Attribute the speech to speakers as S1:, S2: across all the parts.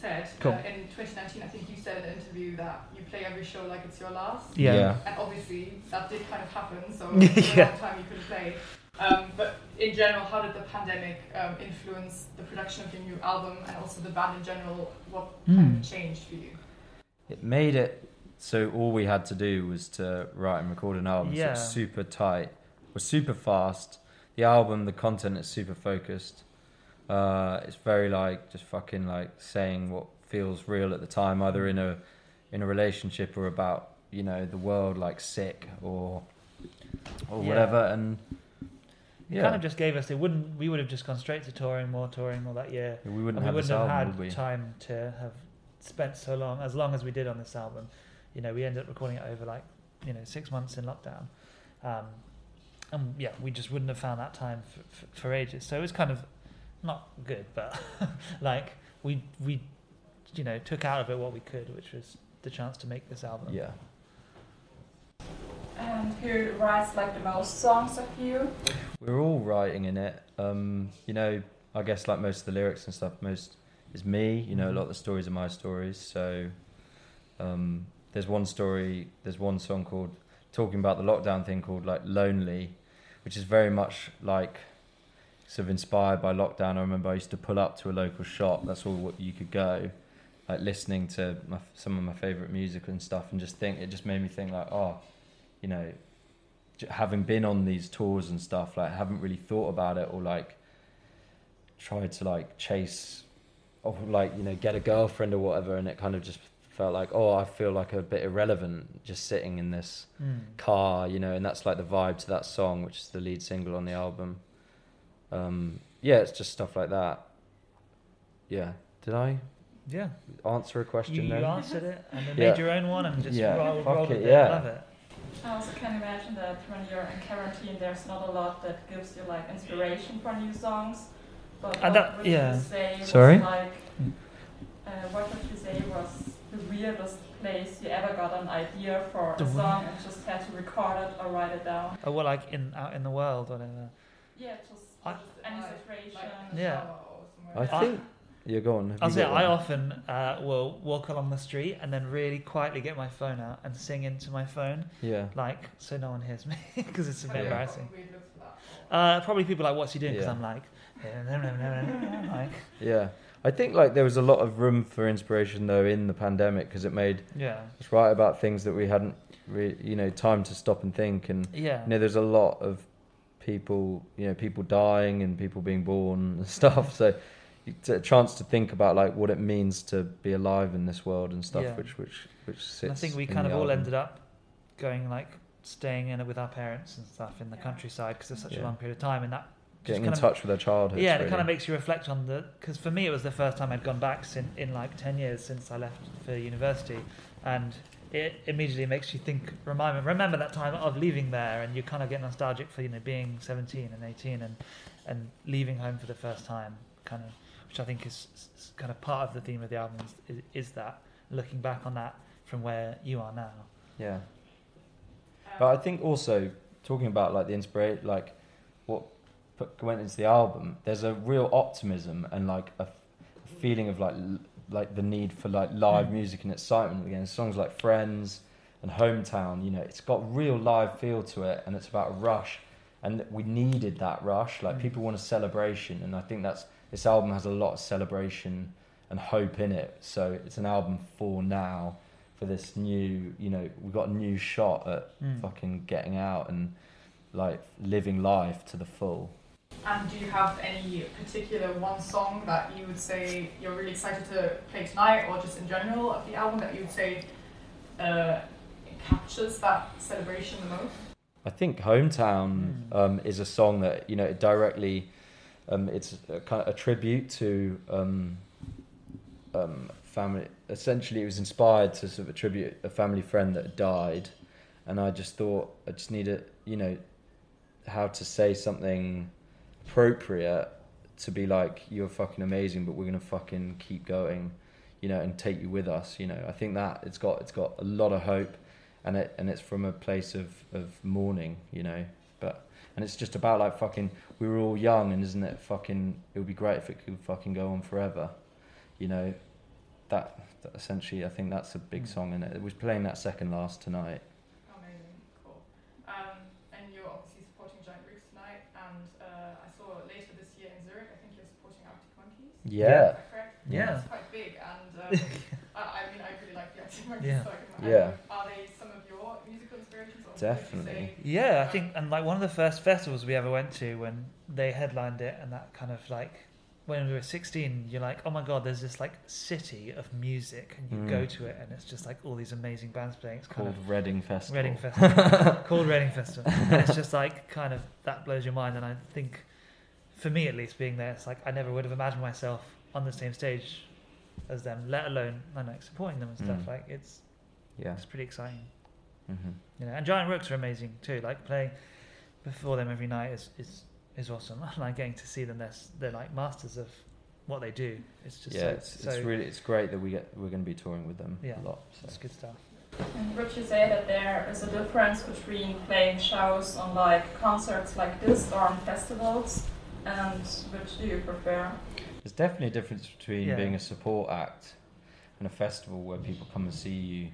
S1: said
S2: Cool.
S1: uh, in 2019. I think you said in an interview that you play every show like it's your last,
S2: Yeah.
S1: and obviously that did kind of happen. So
S2: Yeah.
S1: for a long time you couldn't play. Um, but in general, how did the pandemic um, influence the production of your new album and also the band in general? What
S2: Hmm.
S1: kind of changed for you?
S3: It made it so all we had to do was to write and record an album.
S2: Yeah.
S3: So it's super tight. We're super fast. The album, the content is super focused. Uh, it's very like just fucking like saying what feels real at the time, either in a in a relationship or about you know the world, like sick or or
S2: Yeah.
S3: whatever. And
S2: It kind of just gave us. It wouldn't. We would have just gone straight to touring, more touring, all that year,
S3: we wouldn't
S2: and we
S3: have
S2: wouldn't
S3: this
S2: have
S3: album,
S2: had
S3: would we?
S2: time to have spent so long, as long as we did on this album. You know, we ended up recording it over like you know six months in lockdown, um, and yeah, we just wouldn't have found that time for, for, for ages. So it was kind of not good, but like we we you know took out of it what we could, which was the chance to make this album.
S3: Yeah.
S4: And who writes like the most songs of you?
S3: we were all writing in it. Um, you know, I guess like most of the lyrics and stuff, most is me. You know, a lot of the stories are my stories. So um, there's one story, there's one song called talking about the lockdown thing called like lonely, which is very much like sort of inspired by lockdown. I remember I used to pull up to a local shop. That's all what you could go. Like listening to my, some of my favorite music and stuff, and just think it just made me think like, oh, you know, j- having been on these tours and stuff, like haven't really thought about it or like tried to like chase or like, you know, get a girlfriend or whatever. And it kind of just felt like, oh, I feel like a bit irrelevant just sitting in this
S2: Mm.
S3: car, you know, and that's like the vibe to that song, which is the lead single on the album. Um, yeah, it's just stuff like that. Yeah. Did I
S2: Yeah.
S3: answer a question
S2: You, you
S3: then?
S2: answered it and then
S3: Yeah.
S2: made your own one and just
S3: Yeah.
S2: rolled,
S3: Fuck
S2: rolled
S3: it,
S2: with it.
S3: yeah.
S2: Love it.
S4: I also can imagine that when you're in quarantine, there's not a lot that gives you like inspiration for new songs. But
S2: And
S4: what
S2: that-
S4: would
S2: yeah.
S4: you say was
S3: Sorry?
S4: like, uh, what would you say was the weirdest place you ever got an idea for
S2: The
S4: a
S2: wei-
S4: song and just had to record it or write it down?
S2: Oh, well, like in out in the world, whatever.
S4: Yeah, just,
S2: I-
S4: just any
S1: Like-
S4: situation.
S1: Like in the
S2: Yeah.
S1: shower or somewhere?
S3: I
S2: I-
S3: think you're gone. Have
S2: I'll
S3: you
S2: say
S3: got
S2: I
S3: one?
S2: often uh, will walk along the street and then really quietly get my phone out and sing into my phone,
S3: Yeah.
S2: like so no one hears me because it's a
S1: Have
S2: bit
S1: you got
S2: embarrassing.
S1: a weird look for that, or-
S2: Uh, probably people like, "What's he doing?" Because
S3: Yeah.
S2: I'm like, "Eh, no, no, no, no, no," like,
S3: Yeah, I think like there was a lot of room for inspiration though in the pandemic because it made
S2: yeah,
S3: us write about things that we hadn't, re- you know, time to stop and think. And
S2: yeah,
S3: you know, there's a lot of people, you know, people dying and people being born and stuff. So it's a chance to think about like what it means to be alive in this world and stuff,
S2: Yeah.
S3: which which which sits.
S2: And I think we
S3: in
S2: kind
S3: the
S2: of all
S3: album.
S2: ended up going like staying in it with our parents and stuff in the
S4: Yeah.
S2: countryside because it's such a
S3: Yeah.
S2: long period of time, and that just
S3: getting in
S2: kind of
S3: touch with our childhood.
S2: yeah, and
S3: really.
S2: it kind of makes you reflect on the because for me it was the first time I'd gone back sin, in like ten years since I left for university, and it immediately makes you think, remind me, remember that time of leaving there, and you kind of get nostalgic for you know being seventeen and eighteen and and leaving home for the first time, kind of, which I think is, is kind of part of the theme of the album is, is that looking back on that from where you are now.
S3: yeah.
S1: Um,
S3: But I think also talking about like the inspiration, like what put, went into the album. There's a real optimism and like a f- feeling of like l- like the need for like live
S2: Mm.
S3: music and excitement again. Songs like Friends and Hometown, you know, it's got real live feel to it, and it's about a rush, and we needed that rush. Like
S2: Mm.
S3: people want a celebration, and I think that's this album has a lot of celebration and hope in it. So it's an album for now. For this new, you know, we got a new shot at
S2: Mm.
S3: fucking getting out and like living life to the full.
S2: Uh,
S1: And do you have any particular one song that you would say you're really excited to play tonight, or just in general of the album that you would say uh, captures that celebration the most?
S3: I think Hometown
S2: Mm.
S3: um, is a song that, you know, it directly, um, it's a, kind of a tribute to um, um, family. Essentially, it was inspired to sort of tribute a family friend that had died. And I just thought, I just need a, you know, how to say something appropriate to be like, you're fucking amazing, but we're going to fucking keep going, you know, and take you with us, you know. I think that it's got, it's got a lot of hope and it and it's from a place of of mourning, you know. But and it's just about like fucking we were all young, and isn't it fucking? It would be great if it could fucking go on forever, you know. that, that essentially, I think that's a big
S2: Mm.
S3: song in it. It was playing that second last tonight.
S1: Oh, Amazing, cool. Um, and you're obviously supporting Giant Roots tonight, and uh, I saw later this year in Zurich, I think you're supporting Arctic Monkeys. Is
S3: Yeah.
S1: that correct?
S2: Yeah.
S1: It's quite big, and um, I, I mean, I really like the Arctic Monkeys.
S2: Yeah.
S1: So I can,
S3: Yeah.
S1: Are they some of your musical inspirations? Or would you
S3: Definitely.
S1: say-
S2: Yeah, I think, uh, and like one of the first festivals we ever went to when they headlined it, and that kind of like when we were 16, you're like, oh my god, there's this like city of music, and you
S3: Mm.
S2: go to it, and it's just like all these amazing bands playing. It's kind
S3: Called
S2: of
S3: Reading Festival.
S2: Reading Festival, called Reading Festival, and it's just like kind of that blows your mind. And I think, for me at least, being there, it's like I never would have imagined myself on the same stage as them, let alone and like supporting them and stuff.
S3: Mm.
S2: Like it's
S3: Yeah.
S2: it's pretty exciting.
S3: Mm-hmm.
S2: You know, and Giant Rooks are amazing too. Like playing before them every night is is, is awesome. like getting to see them, they're s- they're like masters of what they do. It's just
S3: yeah,
S2: so,
S3: it's,
S2: so
S3: it's really it's great that we get we're going to be touring with them
S2: Yeah.
S3: a lot.
S2: it's
S3: So.
S2: good stuff.
S4: And Would you say that there is a difference between playing shows on like concerts like this or on festivals? And which do you prefer?
S3: There's definitely a difference between
S2: Yeah.
S3: being a support act and a festival where people come and see you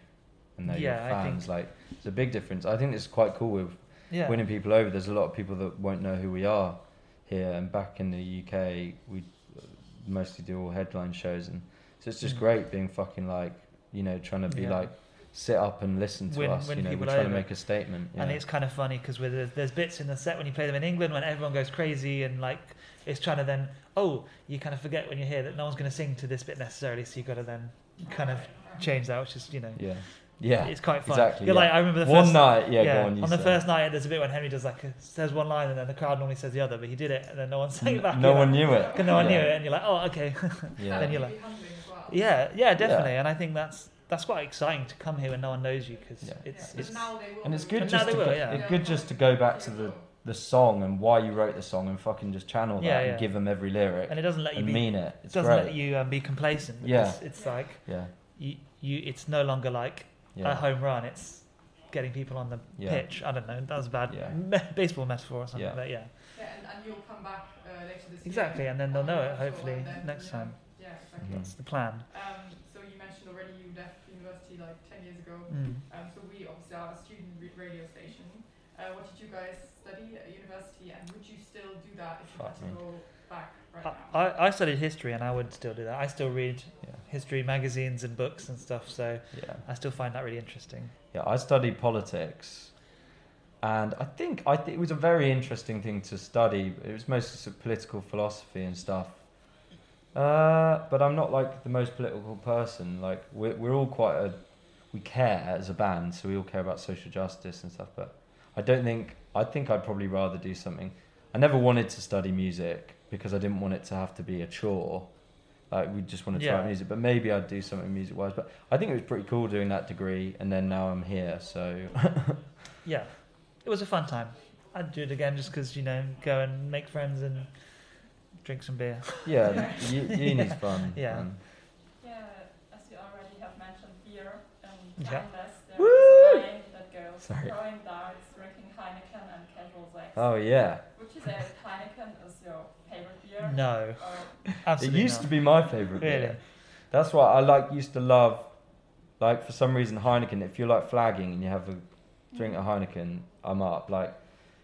S3: and they're
S2: Yeah,
S3: your
S2: I think-
S3: fans. Like, there's a big difference. I think it's quite cool with
S2: Yeah,
S3: winning people over. There's a lot of people that won't know who we are here, and back in the UK, we uh, mostly do all headline shows, and so it's just
S2: Mm.
S3: great being fucking like, you know, trying to be
S2: Yeah.
S3: like, sit up and listen to
S2: Win-
S3: us.
S2: win
S3: you know,
S2: people
S3: we're trying
S2: over.
S3: to make a statement. Yeah.
S2: and it's kind of funny because there's, there's bits in the set when you play them in England when everyone goes crazy and like it's trying to then oh you kind of forget when you're here that no one's going to sing to this bit necessarily, so you got to then kind of change that, which is you know
S3: yeah, yeah.
S2: it's quite fun.
S3: exactly,
S2: You're
S3: yeah.
S2: like I remember the
S3: one
S2: first
S3: night, yeah, go on. You
S2: on the
S3: say.
S2: first night, there's a bit when Henry does like a, says one line and then the crowd normally says the other, but he did it and then no one sang it back.
S3: no
S2: You're
S3: one
S2: like,
S3: knew it.
S2: "'Cause no one
S3: yeah.
S2: knew it, and you're like, oh, okay,
S3: Yeah.
S2: Then
S1: That
S2: you
S1: would
S2: like-
S1: be humbling as well.
S2: yeah, yeah, definitely. And I think that's that's quite exciting to come here when no one knows you because
S3: Yeah.
S1: Yeah,
S2: it's
S1: but
S2: it's
S1: now they will
S3: and it's
S1: be.
S3: good
S2: And
S3: just
S2: now
S3: to
S2: they
S3: go,
S2: will, yeah.
S3: it's good just to go back to the the song and why you wrote the song and fucking just channel that
S2: Yeah, yeah.
S3: and give them every lyric
S2: and it doesn't let you
S3: and
S2: be
S3: mean it. It's
S2: doesn't
S3: great.
S2: let you um, be complacent.
S3: Yeah.
S2: because it's
S1: Yeah.
S2: like
S3: yeah,
S2: you you it's no longer like
S3: yeah.
S2: a home run. It's getting people on the
S3: Yeah.
S2: pitch. I don't know. That was a bad
S3: Yeah.
S2: me- baseball metaphor or something,
S3: Yeah.
S2: but yeah,
S1: Yeah, and, and you'll come back uh, later this
S2: exactly.
S1: year.
S2: And then they'll know it
S1: Sure, and
S2: hopefully
S1: then,
S2: next
S1: yeah.
S2: time.
S1: Yeah, exactly.
S3: Mhm.
S2: That's the plan.
S1: Um, so you mentioned already you left university like 10 years ago.
S2: Mm.
S1: Um, so we obviously are a student re- radio station. Uh, what did you guys study at university and would you still do that if you had
S3: Fuck
S1: to
S3: me.
S1: go back right
S2: I,
S1: now?
S2: I- I studied history and I would still do that. I still read
S3: Yeah.
S2: history magazines and books and stuff, so
S3: yeah.
S2: I still find that really interesting.
S3: Yeah, I studied politics, and I think I th- it was a very interesting thing to study. It was mostly sort of political philosophy and stuff. Uh, but I'm not like the most political person. Like we're we're all quite a we care as a band, so we all care about social justice and stuff. But I don't think I think I'd probably rather do something. I never wanted to study music because I didn't want it to have to be a chore. Like we just want to try
S2: Yeah.
S3: out music, but maybe I'd do something music wise. But I think it was pretty cool doing that degree, and then now I'm here. So
S2: Yeah, it was a fun time. I'd do it again just because, you know, go and make friends and drink some beer.
S3: yeah, u- uni's fun.
S2: Yeah.
S3: man.
S4: Yeah, as you already have mentioned beer and
S2: Yeah.
S4: unless there is
S2: Woo!
S4: a line that goes
S3: Sorry.
S4: throwing darts, drinking Heineken and casual sex.
S3: Oh yeah.
S4: Would you say that Heineken is your favorite beer?
S2: No,
S4: Or
S2: absolutely
S3: it used
S2: not.
S3: to be my favorite.
S2: Really?
S3: Beer. That's why I like used to love, like for some reason Heineken. If you're like flagging and you have a drink of
S2: Mm.
S3: Heineken, I'm up. Like,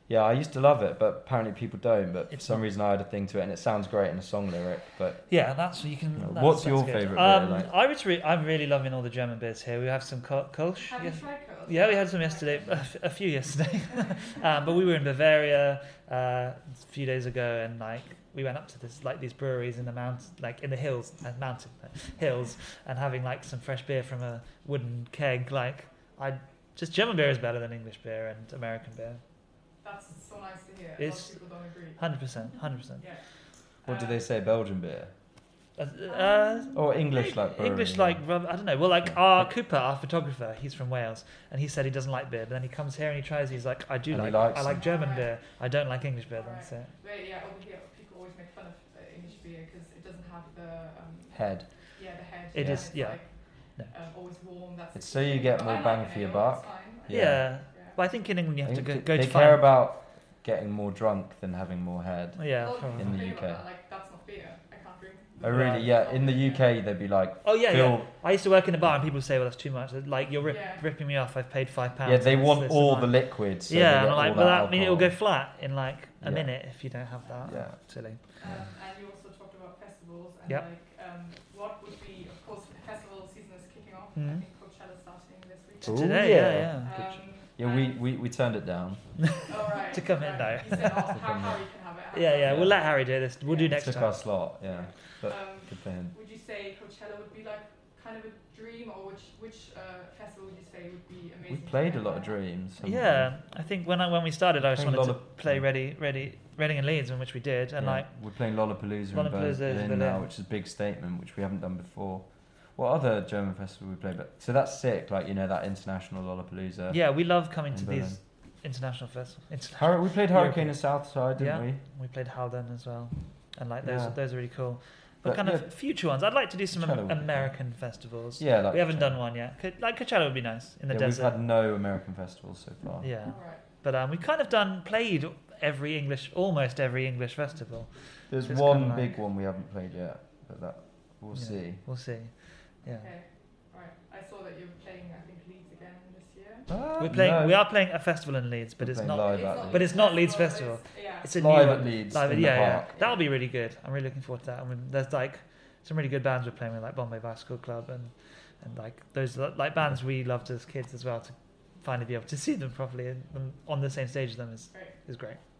S3: yeah, I used to love it, but apparently people don't. But
S2: It's
S3: for some
S2: not-
S3: reason I had a thing to it, and it sounds great in a song lyric. But
S2: Yeah, that's you can.
S3: No,
S2: that's-
S3: what's
S2: that's
S3: your
S2: good.
S3: favourite beer,
S2: Um,
S3: like?
S2: I was re- I'm really loving all the German beers here. We have some Kol- Kolsch.
S1: Have
S2: yes-
S1: you tried curls?
S2: Yeah, we had some yesterday, a f- a few yesterday. um, but we were in Bavaria uh, a few days ago, and like we went up to this like these breweries in the mount, like in the hills, uh, mountain uh, hills, and having like some fresh beer from a wooden keg. Like I just German beer is better than English beer and American beer,
S1: That's so nice to hear.
S2: It's-
S1: a lot of people don't agree.
S2: hundred percent, hundred percent.
S1: Yeah.
S3: what do
S1: Uh,
S3: they say? Belgian beer
S2: Uh,
S4: Um,
S3: or English like brewery?
S2: English like rub- I don't know. Well, like
S3: Yeah.
S2: our Cooper, our photographer, he's from Wales, and he said he doesn't like beer. But then he comes here and he tries. He's like, I do
S3: And he
S2: like.
S3: likes
S2: I like
S1: it.
S2: German
S1: Alright.
S2: beer. I don't like English beer. Then
S1: Alright.
S2: so
S1: But yeah, over here people always make fun of uh, English beer because it doesn't have the um,
S3: head.
S1: yeah the head.
S2: It
S1: yeah,
S2: is-
S1: it's
S2: yeah.
S1: Like,
S2: No.
S1: um, always warm. That's the
S3: It's
S1: key
S3: so you
S1: thing.
S3: get
S1: But
S3: more
S1: I like
S3: bang
S1: an
S3: for your
S1: ale, it's
S3: buck.
S1: fine.
S2: yeah.
S3: Yeah.
S2: But I think in England you have
S3: I
S2: to go,
S3: think
S2: go
S3: they
S2: to
S3: care
S2: find.
S3: about getting more drunk than having more head.
S2: yeah,
S1: Well,
S2: probably.
S3: in the
S1: think about
S3: UK.
S1: that, Like that's not beer. I can't drink.
S3: Oh, really? Yeah. In the UK, they'd be like,
S2: Oh yeah, yeah.
S3: Phil.
S2: I used to work in a bar, and people say, "Well, that's too much. Like you're rip-
S1: Yeah.
S2: ripping me off. I've paid five
S3: Yeah,
S2: pounds."
S3: they
S2: for this,
S3: want
S2: this
S3: all
S2: amount."
S3: the liquid. So
S2: yeah,
S3: they
S2: and
S3: get
S2: I'm like,
S3: all
S2: well,
S3: that,
S2: that mean it will go
S3: alcohol.
S2: flat in like a
S3: Yeah.
S2: minute if you don't have that.
S3: Yeah.
S2: silly.
S1: Um, and you also talked about festivals and
S2: Yep.
S1: like um, what would be, of course, the festival season is kicking off. I
S2: Mhm.
S1: think Coachella's starting this
S3: Ooh,
S1: weekend.
S2: Today,
S3: yeah.
S2: yeah,
S1: Um,
S3: Yeah, we, we, we turned it down.
S1: oh, right,
S2: To come in
S1: right.
S2: now.
S1: You said, oh,
S3: To
S1: how,
S3: come
S1: how
S3: in.
S1: you can have it.
S2: yeah, yeah, yeah.
S1: how-
S2: We'll let Harry do this. We'll do
S1: Yeah.
S2: next
S3: Took
S2: time.
S3: our slot. Yeah, but
S1: Um,
S3: good for him.
S1: would you say Coachella would be like kind of a dream, or which which uh, festival would you say would be amazing?
S3: We
S1: to
S3: played a
S1: go
S3: lot of
S1: there?
S3: dreams. haven't we?
S2: Yeah, I think when I, when we started, I just
S3: Playing
S2: wanted to
S3: Lollap-
S2: play ready, ready, Reading and Leeds, in which we did, and
S3: Yeah.
S2: like
S3: we're playing Lollapalooza, in
S2: Lollapalooza is
S3: Berlin, now,
S2: Berlin.
S3: which is a big statement, which we haven't done before. What other German festival we played? But so that's sick. Like you know that international Lollapalooza.
S2: yeah, we love coming to
S3: in
S2: these international festivals. Inter-
S3: Hur- we played
S2: European.
S3: Hurricane and Southside, didn't
S2: Yeah.
S3: we?
S2: we played Howden as well, and like those
S3: Yeah.
S2: those are really cool. But,
S3: But,
S2: kind
S3: yeah.
S2: of future ones, I'd like to do some
S3: Coachella would
S2: Am-
S3: be cool.
S2: American festivals.
S3: Yeah, like
S2: we haven't
S3: Coachella.
S2: done one yet. Co- like Coachella would be nice in the
S3: yeah,
S2: desert.
S3: We've had no American festivals so far.
S1: All
S2: yeah,
S1: right.
S2: but um, we've kind of done played every English, almost every English festival.
S3: There's
S2: It's
S3: one
S2: kinda like-
S3: big one we haven't played yet, but that we'll
S2: Yeah.
S3: see.
S2: We'll see. Yeah,
S1: Okay. All right. I saw that you're playing. I think Leeds again this year.
S3: Ah,
S2: we're playing.
S3: no.
S2: We are playing a festival in Leeds, but
S3: We're
S2: it's
S3: playing
S2: not.
S3: live at Leeds.
S2: But it's not Leeds
S1: festival, it's-
S2: It's a
S3: live
S2: new
S3: at Leeds.
S2: Live,
S3: in the
S2: yeah, yeah.
S3: park.
S2: That'll be really good. I'm really looking forward to that. I mean, there's like some really good bands we're playing with, like Bombay Bicycle Club and and like those are, like bands we loved as kids as well. To finally be able to see them properly and, and on the same stage as them is
S1: Yeah. Great.
S2: is great.
S1: um,